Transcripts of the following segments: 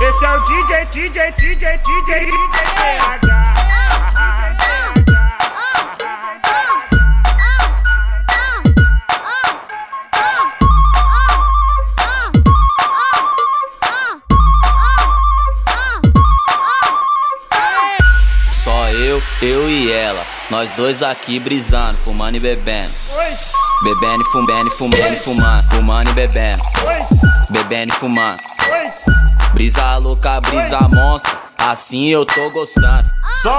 Esse é o DJ, DJ, DJ, DJ, DJ PH. Só eu, eu e ela. Nós dois aqui brisando, fumando e bebendo. Oi, Bebendo e fumando e fumando e fumando. Fumando e bebendo. oi, Bebendo e fumando. oi. Brisa louca, brisa monstra. Assim eu tô gostando. Só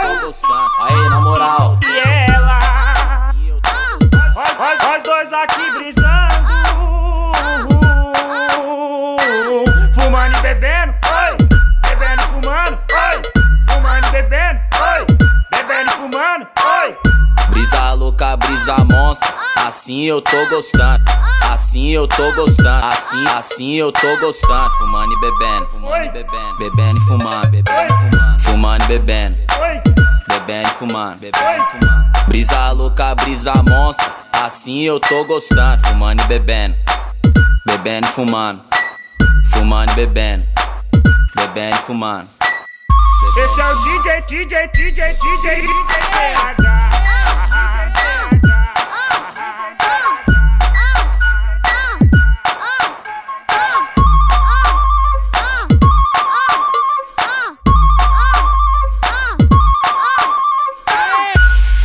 Tô eu gostando. Aí, na moral. e ela. Assim eu tô gostando. Nós- Nós, nós dois aqui brisando. Fumando e bebendo. Oi, bebendo e fumando. Oi, fumando e bebendo. Oi, bebendo e fumando. Oi. Brisa louca, brisa monstra. Assim eu tô gostando. Assim eu tô gostando. Assim, assim eu tô gostando. Fumando e bebendo. Fumando e bebendo. Bebendo e fumando. Bebendo e fumando. Fumando e bebendo. Oi, Bebendo e fumando. Bebendo e fumando. Brisa louca, brisa monstra. Assim eu tô gostando. Fumando e bebendo. Bebendo e fumando. Fumando e bebendo. Bebendo e fumando. esse é o DJ, DJ, DJ, DJ, DJ PH.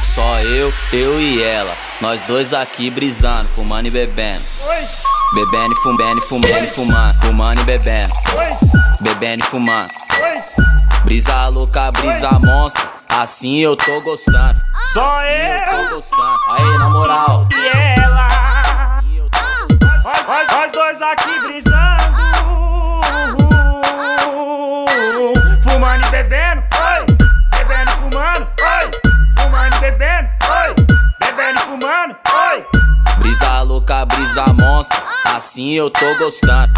Só eu, eu e ela. Nós dois aqui brisando, fumando e bebendo. Oi, Bebendo e fumando e fumando e fumando. Fumando e bebendo. oi, Bebendo e fumando. oi. Brisa louca, brisa monstra. Assim eu tô gostando. Só Eu tô eu gostando. Aí, na moral. e ela. Assim eu tô gostando. Nós, nós- nós dois aqui brisando. Fumando e bebendo, oi. Bebendo e fumando, oi. Fumando e bebendo, oi. Bebendo e fumando, oi. Brisa louca, brisa monstra. Assim eu tô gostando.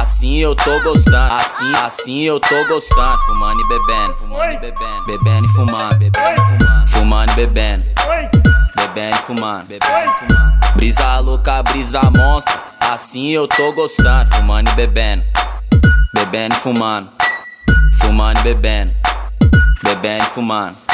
Assim eu tô gostando. Assim, assim eu tô gostando. Fumando e bebendo. Fumando e bebendo. Bebendo e fumando. Bebendo e fumando. Fumando e bebendo. Oi, Bebendo e fumando. Bebendo e fumando. Brisa louca, brisa monstra. Assim eu tô gostando. Fumando e bebendo. Bebendo e fumando. Fumando e bebendo. Bebendo e fumando.